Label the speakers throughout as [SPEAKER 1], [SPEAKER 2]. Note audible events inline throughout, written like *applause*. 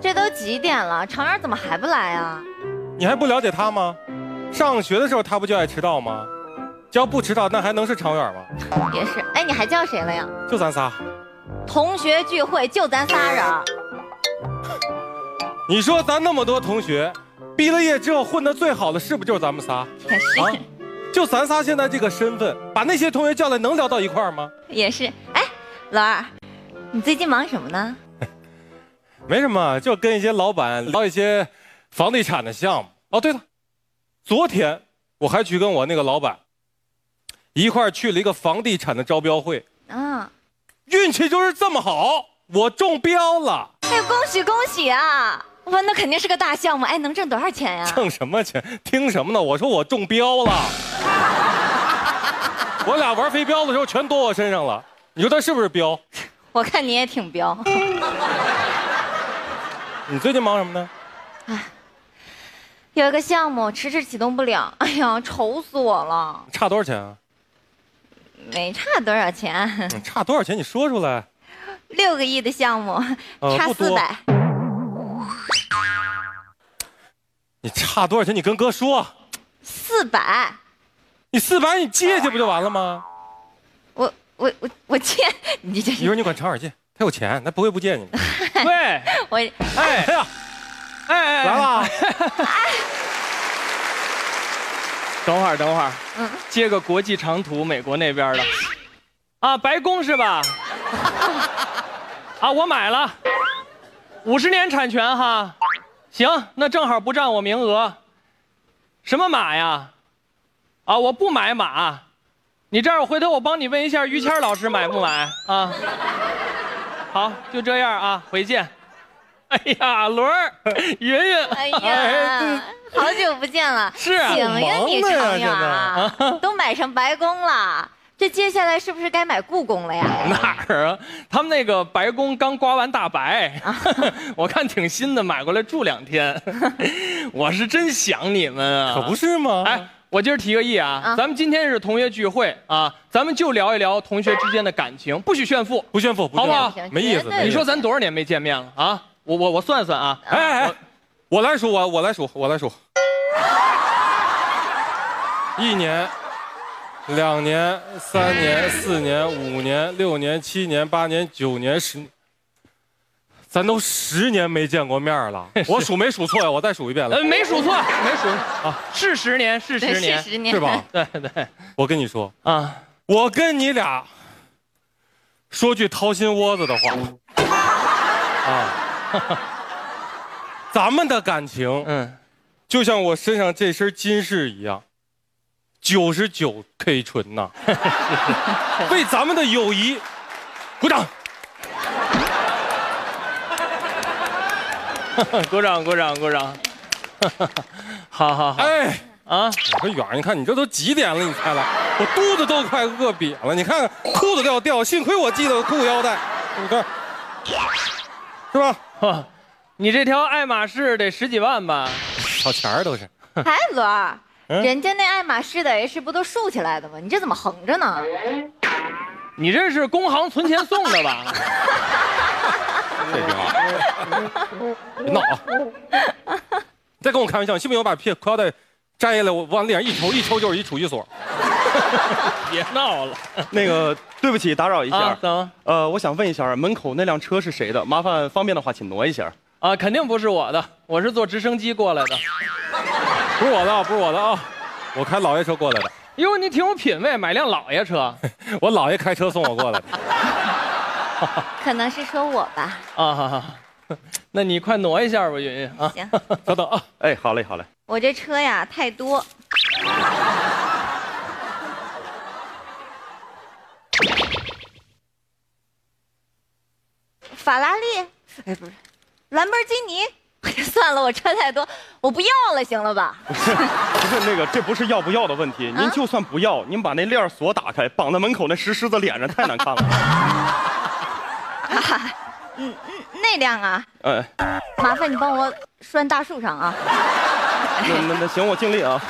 [SPEAKER 1] 这都几点了，常媛怎么还不来啊？
[SPEAKER 2] 你还不了解他吗？上学的时候他不就爱迟到吗？只要不迟到，那还能是常远吗？
[SPEAKER 1] 也是，哎，你还叫谁了呀？
[SPEAKER 2] 就咱仨。
[SPEAKER 1] 同学聚会就咱仨人儿，
[SPEAKER 2] 你说咱那么多同学，毕了业之后混得最好的是不是就是咱们仨啊？
[SPEAKER 1] 也是、
[SPEAKER 2] 就咱仨现在这个身份，把那些同学叫来能聊到一块儿吗？
[SPEAKER 1] 也是。哎，老二，你最近忙什么呢？
[SPEAKER 2] 没什么，啊就跟一些老板聊一些房地产的项目。哦，对了，昨天我还去跟我那个老板一块儿去了一个房地产的招标会，
[SPEAKER 1] 啊，
[SPEAKER 2] 运气就是这么好，我中标了。
[SPEAKER 1] 哎，恭喜恭喜啊！哇，那肯定是个大项目，哎，能挣多少钱呀、
[SPEAKER 2] *laughs* 挣什么钱？听什么呢？我说我中标 *laughs* 了，我俩玩飞镖的时候全躲我身上了。你说他是不是彪？
[SPEAKER 1] 我看你也挺彪。
[SPEAKER 2] 你最近忙什么呢？
[SPEAKER 1] 有一个项目迟迟启动不了，哎呀，愁死我了。
[SPEAKER 2] 差多少钱啊？
[SPEAKER 1] 没差多少钱，
[SPEAKER 2] 嗯差多少钱？你说出来。
[SPEAKER 1] 六个亿的项目，
[SPEAKER 2] 呃
[SPEAKER 1] 差
[SPEAKER 2] 不
[SPEAKER 1] 四
[SPEAKER 2] 多
[SPEAKER 1] 百、
[SPEAKER 2] 你差多少钱？你跟哥说。
[SPEAKER 1] 四百，
[SPEAKER 2] 你四百你借去不就完了吗？
[SPEAKER 1] 我我我我借你这
[SPEAKER 2] 一会儿你管常远借，他有钱，他不会不借你。
[SPEAKER 3] 喂，哎
[SPEAKER 1] 我
[SPEAKER 3] 哎
[SPEAKER 2] 哎呀，
[SPEAKER 3] 哎，
[SPEAKER 2] 来了，
[SPEAKER 3] 等会儿等会儿，
[SPEAKER 1] 嗯
[SPEAKER 3] 接个国际长途，美国那边的，啊，白宫是 *laughs* 吧？啊，我买了，五十年产权哈，行，那正好不占我名额。什么马呀？啊，我不买马，你这样回头我帮你问一下于谦老师买不买啊？好，就这样啊，回见。哎呀，伦儿，云云，
[SPEAKER 1] 哎呀，好久不见了，
[SPEAKER 3] 是啊
[SPEAKER 1] 行呀，你
[SPEAKER 2] 好忙
[SPEAKER 1] 常
[SPEAKER 2] 的呀
[SPEAKER 1] 远啊，都买上白宫了，这接下来是不是该买故宫了
[SPEAKER 3] *laughs*
[SPEAKER 1] 呀？
[SPEAKER 3] 哪儿啊？他们那个白宫刚刮完大白， *laughs* 我看挺新的，买过来住两天。 *laughs* 我是真想你们啊！
[SPEAKER 2] 可不是吗？
[SPEAKER 3] 哎，我今儿提个议啊，
[SPEAKER 1] 啊
[SPEAKER 3] 咱们今天是同学聚会啊，咱们就聊一聊同学之间的感情，不许炫富。
[SPEAKER 2] 不炫富，不炫富
[SPEAKER 3] 好不
[SPEAKER 1] 好
[SPEAKER 2] 没意思。
[SPEAKER 1] 行
[SPEAKER 2] 没意思
[SPEAKER 3] 你说咱多少年没见面了啊？我我我算算啊，
[SPEAKER 2] 哎哎哎，我来数，我啊我来数，我来数。一年，两年，三年，四年，五年，六年，七年，八年，九年，十年，咱都十年没见过面了。我数没数错呀？我再数一遍来
[SPEAKER 3] 呃，，没数错，没数啊，是十年，是
[SPEAKER 1] 对
[SPEAKER 3] 十年，
[SPEAKER 1] 是十年
[SPEAKER 2] 是？吧？
[SPEAKER 3] *laughs* 对对
[SPEAKER 2] 我跟你说，
[SPEAKER 3] 啊，
[SPEAKER 2] 我跟你俩说句掏心窝子的话啊， *laughs* 咱们的感情，
[SPEAKER 3] 嗯， *laughs*
[SPEAKER 2] 就像我身上这身金饰一样，九十九 K 纯呐、为咱们的友谊鼓掌。
[SPEAKER 3] 鼓掌鼓掌鼓掌， *laughs* 好好好
[SPEAKER 2] 哎，
[SPEAKER 3] 啊，
[SPEAKER 2] 我说远儿，你看你这都几点了，你才来，我肚子都快饿瘪了。你看看裤子都要掉，幸亏我系了裤腰带，你看，是吧？
[SPEAKER 3] *laughs* 呵你这条爱马仕得十几万吧？
[SPEAKER 2] 小钱儿都是。
[SPEAKER 1] 哎，伦儿，
[SPEAKER 2] 嗯
[SPEAKER 1] 人家那爱马仕的 H 不都竖起来的吗？你这怎么横着呢？
[SPEAKER 3] 你这是工行存钱送的吧？
[SPEAKER 2] 这句话，别闹啊！你再跟我开玩笑，你信不信我把屁裤腰带摘下来，我往脸上一抽，一抽就是一储蓄所。
[SPEAKER 3] 别闹了
[SPEAKER 4] 那个，对不起，打扰一下。
[SPEAKER 3] 啊！怎么
[SPEAKER 4] 呃，我想问一下，门口那辆车是谁的？麻烦方便的话，请挪一下。
[SPEAKER 3] 啊？肯定不是我的，我是坐直升机过来的。
[SPEAKER 2] 不是我的啊，不是我的啊，我开老爷车过来的，
[SPEAKER 3] 哟，你挺有品位，买辆老爷车啊
[SPEAKER 2] 我姥爷开车送我过来的。
[SPEAKER 1] 可能是说我吧。
[SPEAKER 3] 啊！ *laughs* 那你快挪一下吧，云云
[SPEAKER 1] *laughs*
[SPEAKER 3] 啊！
[SPEAKER 1] 行，
[SPEAKER 2] 稍等啊，
[SPEAKER 4] 哎，好嘞，好 *laughs* 嘞。
[SPEAKER 1] 我这车呀太多，法拉利，哎不是，兰博基尼，哎算了，我车太多，我不要了，行了吧？
[SPEAKER 4] 不是那个，这不是要不要的问题。
[SPEAKER 1] 啊
[SPEAKER 4] 您就算不要，您把那链儿锁打开，绑在门口那石狮子脸上，太难
[SPEAKER 3] *laughs*
[SPEAKER 4] 看了。
[SPEAKER 1] 那辆啊，
[SPEAKER 4] 哎，
[SPEAKER 1] 啊麻烦你帮我拴大树上啊。
[SPEAKER 4] 那那那行，我尽力啊。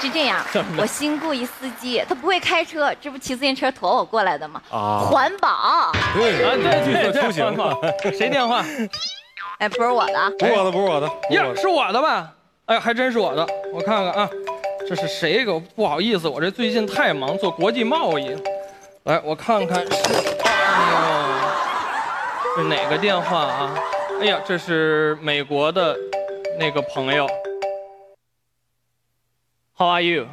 [SPEAKER 1] 是这样，我新雇一司机，他不会开车，这不骑自行车驮我过来的吗？
[SPEAKER 2] 啊
[SPEAKER 1] 环保，
[SPEAKER 2] 对
[SPEAKER 3] 啊，对
[SPEAKER 2] 绿色
[SPEAKER 3] 对对，
[SPEAKER 2] 出行，
[SPEAKER 3] 换换 *laughs* 谁电话？
[SPEAKER 1] 哎，不是我的啊，
[SPEAKER 2] 不是我的，不是我的，不是
[SPEAKER 3] 呀
[SPEAKER 2] 我，的
[SPEAKER 3] 是我的吧？哎，还真是我的。我看看啊，这是谁给我？不好意思，我这最近太忙，做国际贸易。来，我看看是，哎呦，是哪个电话啊？哎呀，这是美国的那个朋友。How are you?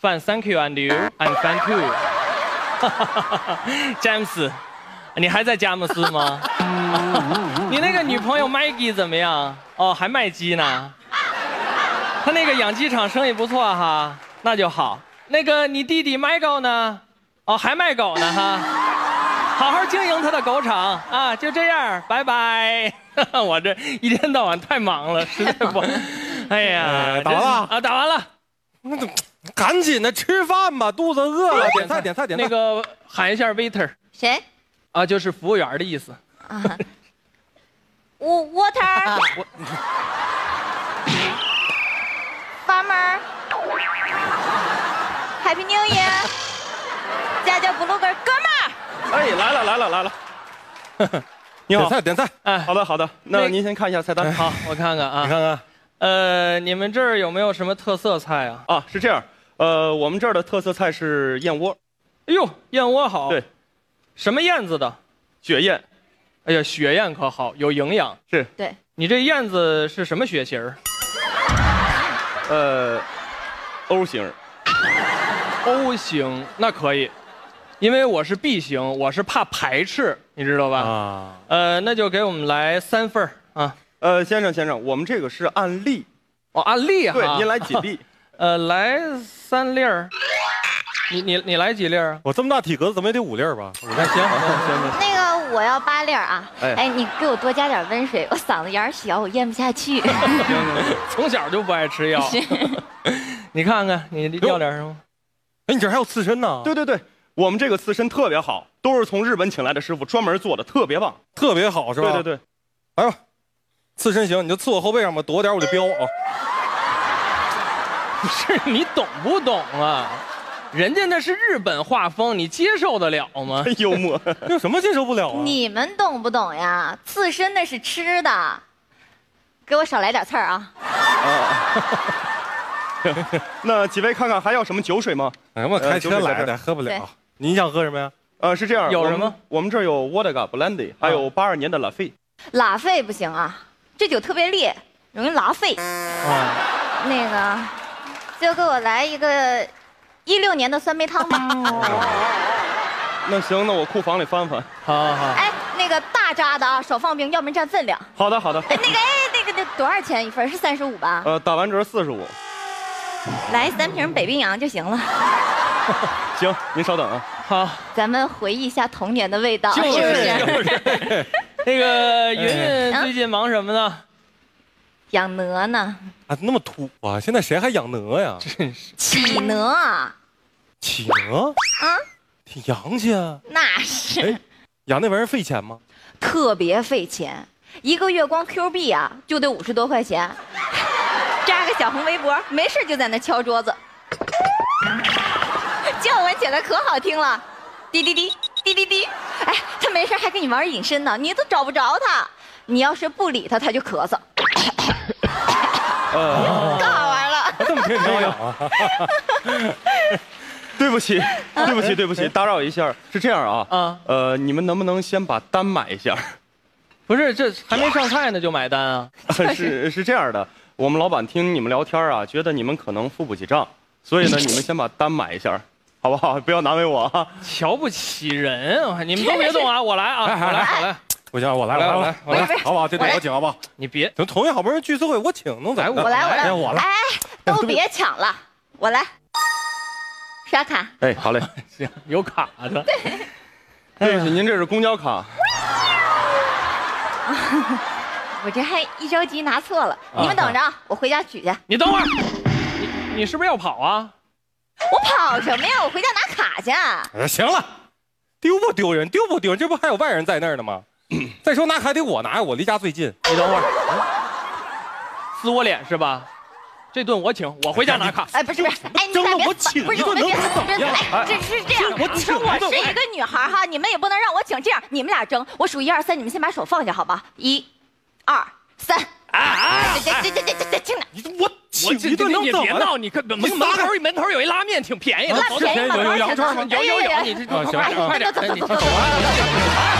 [SPEAKER 3] Fine, thank you, and you? I'm fine too. *laughs* 哈哈哈哈詹姆斯，你还在佳木斯
[SPEAKER 2] *laughs*
[SPEAKER 3] 吗？你那个女朋友 Maggie 怎么样？哦，还卖鸡呢。他那个养鸡场生意不错哈，那就好。那个你弟弟 Michael 呢？哦，还卖狗呢哈。好好经营他的狗场啊，就这样，拜拜。 *laughs* 我这一天到晚太忙了，实在不。哎呀
[SPEAKER 2] 哎，打完了
[SPEAKER 3] 真是啊，打完了。
[SPEAKER 2] 那怎么赶紧的吃饭吧，肚子饿了，点菜点菜点菜
[SPEAKER 3] 那。个喊一下 waiter
[SPEAKER 1] 谁？
[SPEAKER 3] 啊，就是服务员的意思。
[SPEAKER 1] 啊，我 water
[SPEAKER 3] 我
[SPEAKER 1] farmer happy new year，家教 blue 哥哥们儿。
[SPEAKER 4] 哎，来了来了来了。你
[SPEAKER 2] 点
[SPEAKER 4] 好，
[SPEAKER 2] 菜点菜，
[SPEAKER 3] 哎，
[SPEAKER 4] 好的好的，
[SPEAKER 3] 那
[SPEAKER 4] 那您先看一下菜单。
[SPEAKER 3] 好，我看看
[SPEAKER 2] 你
[SPEAKER 3] 啊。
[SPEAKER 2] 看看，
[SPEAKER 3] 呃，你们这儿有没有什么特色菜啊？
[SPEAKER 4] 啊，是这样，呃，我们这儿的特色菜是燕窝，
[SPEAKER 3] 哎呦，燕窝好。
[SPEAKER 4] 对，
[SPEAKER 3] 什么燕子的？
[SPEAKER 4] 雪燕，
[SPEAKER 3] 哎呀，雪燕可好，有营养。
[SPEAKER 4] 是
[SPEAKER 1] 对，
[SPEAKER 3] 你这燕子是什么血型儿
[SPEAKER 4] 呃，O 型儿。
[SPEAKER 3] ？O 型，那可以，因为我是 B 型，我是怕排斥，你知道吧？
[SPEAKER 2] 啊，
[SPEAKER 3] 呃，那就给我们来三份儿啊。
[SPEAKER 4] 呃，先生先生，我们这个是按粒，
[SPEAKER 3] 哦，按例哈。
[SPEAKER 4] *laughs* 对，您来几粒？
[SPEAKER 3] 呃，来三粒儿。你你你来几粒儿啊？
[SPEAKER 2] 我这么大体格子，怎么也得五粒儿吧？
[SPEAKER 3] 那行，行行。
[SPEAKER 1] 那个我要八粒儿啊！
[SPEAKER 4] 哎
[SPEAKER 1] 哎，你给我多加点温水，我嗓子眼儿小，我咽不下去。
[SPEAKER 3] *laughs* 从小就不爱吃药。 *laughs* 你看看，你要点什么？
[SPEAKER 2] 哎，你这还有刺身呢，
[SPEAKER 4] 对对对，我们这个刺身特别好，都是从日本请来的师傅专门做的，特别棒。
[SPEAKER 2] 特别好是吧？
[SPEAKER 4] 对对对，
[SPEAKER 2] 来吧，刺身行，你就刺我后背上吧，躲点我就飙 *laughs* 啊！
[SPEAKER 3] 不 *laughs* 是你懂不懂啊？人家那是日本画风，你接受得了吗？
[SPEAKER 4] 真幽默。 *laughs*
[SPEAKER 2] 有什么接受不了啊？
[SPEAKER 1] 你们懂不懂呀？刺身那是吃的，给我少来点刺儿啊！
[SPEAKER 4] 那几位看看还要什么酒水吗？
[SPEAKER 2] 哎呀妈，
[SPEAKER 4] 呃
[SPEAKER 2] 开
[SPEAKER 4] 就
[SPEAKER 2] 车
[SPEAKER 4] 是在
[SPEAKER 2] 来
[SPEAKER 4] 这
[SPEAKER 2] 的，
[SPEAKER 4] 儿
[SPEAKER 2] 喝不
[SPEAKER 1] 对
[SPEAKER 2] 了。你想喝什 *laughs* 么呀？
[SPEAKER 4] 呃，是这样，
[SPEAKER 3] 有
[SPEAKER 4] 我
[SPEAKER 3] 什
[SPEAKER 4] 们
[SPEAKER 3] 么？啊
[SPEAKER 4] 我们这儿有 Vodka Brandy，还有八二年的拉菲。
[SPEAKER 1] 拉肺不行啊，这酒特别烈，容易拉肺。
[SPEAKER 3] 啊，
[SPEAKER 1] 那个，就给我来一个一六年的酸梅汤吧。
[SPEAKER 3] 哦
[SPEAKER 4] 那行，那我库房里翻翻。
[SPEAKER 3] *laughs* 好好好，
[SPEAKER 1] 哎，那个大扎的啊，少放冰，要不然占分量。
[SPEAKER 4] 好的好的，
[SPEAKER 1] 哎，那个，哎，那个，那个多少钱一份儿？是三十五吧？
[SPEAKER 3] 哦
[SPEAKER 4] 呃，打完折四十五。
[SPEAKER 1] 来三瓶北冰洋就行了。
[SPEAKER 4] 行，您稍等啊。
[SPEAKER 3] 好，
[SPEAKER 1] 咱们回忆一下童年的味道，
[SPEAKER 3] 就是
[SPEAKER 1] 不是？
[SPEAKER 3] 那 *laughs* 个云
[SPEAKER 1] 哎
[SPEAKER 3] 云最近忙什么呢？
[SPEAKER 1] 养鹅呢？
[SPEAKER 2] 啊，那么土啊！现在谁还养鹅呀？
[SPEAKER 3] 真是，
[SPEAKER 1] 企鹅啊，
[SPEAKER 2] 企鹅
[SPEAKER 1] 啊
[SPEAKER 2] 挺洋气啊！
[SPEAKER 1] 那是
[SPEAKER 2] 哎，养那玩意儿费钱吗？
[SPEAKER 1] 特别费钱，一个月光 Q 币啊就得五十多块钱，扎个小红围脖，没事就在那敲桌子，叫唤起来可好听了，滴滴滴滴滴滴，哎，他没事还跟你玩隐身呢，你都找不着他，你要是不理他，他就咳嗽，
[SPEAKER 3] *laughs*
[SPEAKER 4] 呃，
[SPEAKER 1] 更好玩了。
[SPEAKER 2] 啊这么天天养啊？
[SPEAKER 4] 对不起，对不起，对
[SPEAKER 3] *laughs*
[SPEAKER 4] 不起，打扰一下。是这样啊，
[SPEAKER 3] 啊
[SPEAKER 4] 呃，你们能不能先把单买一下？
[SPEAKER 3] 不是这还没上菜呢就买单啊？
[SPEAKER 4] *laughs* 是是这样的，我们老板听你们聊天啊，觉得你们可能付不起账，所以呢，你们先把单买一下，好不好？不要难为我啊。
[SPEAKER 3] 瞧不起人，我你们都别动啊，我来啊，
[SPEAKER 2] 哎哎
[SPEAKER 3] 我来，我来，
[SPEAKER 2] 不行，我来，
[SPEAKER 3] 来
[SPEAKER 2] 我
[SPEAKER 3] 我
[SPEAKER 2] 来
[SPEAKER 3] 来，
[SPEAKER 2] 我来，好不好？这顿
[SPEAKER 1] 我来
[SPEAKER 2] 我请，好不好？
[SPEAKER 3] 你别
[SPEAKER 2] 行，同学好不容易聚次会，我请能咋
[SPEAKER 3] 来
[SPEAKER 2] 的？
[SPEAKER 3] 我
[SPEAKER 1] 我来，我来，
[SPEAKER 2] 哎我来
[SPEAKER 1] 哎，都别抢了，我来，刷卡。
[SPEAKER 4] 哎，好嘞。
[SPEAKER 3] 行，有卡的。
[SPEAKER 4] 对不起，您这是公交卡。
[SPEAKER 1] 我这还一着急拿错了，你们等着，啊，我回家取去。
[SPEAKER 3] 你等会儿，你你是不是要跑啊？
[SPEAKER 1] 我跑什么呀？我回家拿卡去。
[SPEAKER 2] 哎行了，丢不丢人？丢不丢人？这不还有外人在那儿呢吗？再说
[SPEAKER 3] 嗯
[SPEAKER 2] 拿还得我拿呀，我离家最近。
[SPEAKER 3] 你等会儿，撕我脸是吧？这顿我请，我回家拿卡。
[SPEAKER 1] 哎，不是不是，哎，你
[SPEAKER 2] 争
[SPEAKER 1] 们
[SPEAKER 2] 了
[SPEAKER 1] 俩别
[SPEAKER 2] 我
[SPEAKER 1] 烦
[SPEAKER 2] 请
[SPEAKER 1] 不是
[SPEAKER 2] 一
[SPEAKER 1] 你
[SPEAKER 2] 顿
[SPEAKER 1] 们别
[SPEAKER 2] 能
[SPEAKER 1] 烦
[SPEAKER 2] 怎
[SPEAKER 1] 别
[SPEAKER 2] 样
[SPEAKER 1] 哎，这是这样
[SPEAKER 2] 这
[SPEAKER 1] 的，
[SPEAKER 2] 我
[SPEAKER 1] 你
[SPEAKER 2] 请
[SPEAKER 1] 说我
[SPEAKER 2] 一顿
[SPEAKER 1] 是
[SPEAKER 2] 我
[SPEAKER 1] 一个女孩哈，你们也不能让我请。这样，你们俩争，我数一二三，你们先把手放下，好吧？一、二、三。
[SPEAKER 2] 哎
[SPEAKER 1] 啊！这这这这这这轻点，
[SPEAKER 2] 你这我
[SPEAKER 3] 我
[SPEAKER 2] 请
[SPEAKER 3] 哎这
[SPEAKER 2] 一顿
[SPEAKER 3] 这
[SPEAKER 2] 能
[SPEAKER 3] 你
[SPEAKER 2] 怎
[SPEAKER 3] 别
[SPEAKER 2] 么
[SPEAKER 3] 闹，
[SPEAKER 2] 了？
[SPEAKER 3] 你看门
[SPEAKER 2] 你
[SPEAKER 3] 门
[SPEAKER 2] 撒开啊
[SPEAKER 3] 口门口有一拉面，挺便宜的，
[SPEAKER 1] 那
[SPEAKER 3] 走走
[SPEAKER 1] 便宜
[SPEAKER 2] 前
[SPEAKER 1] 吗？
[SPEAKER 2] 有
[SPEAKER 1] 多
[SPEAKER 2] 有
[SPEAKER 1] 少钱
[SPEAKER 2] 羊串
[SPEAKER 1] 呢
[SPEAKER 2] 吗
[SPEAKER 1] 哎
[SPEAKER 3] 有
[SPEAKER 1] 呦
[SPEAKER 3] 有
[SPEAKER 1] 呦
[SPEAKER 3] 有，
[SPEAKER 1] 呦
[SPEAKER 3] 你这
[SPEAKER 2] 啊行
[SPEAKER 3] 快
[SPEAKER 2] 啊
[SPEAKER 3] 快点，
[SPEAKER 1] 走走
[SPEAKER 3] 你
[SPEAKER 1] 走走走走走走走
[SPEAKER 3] 哎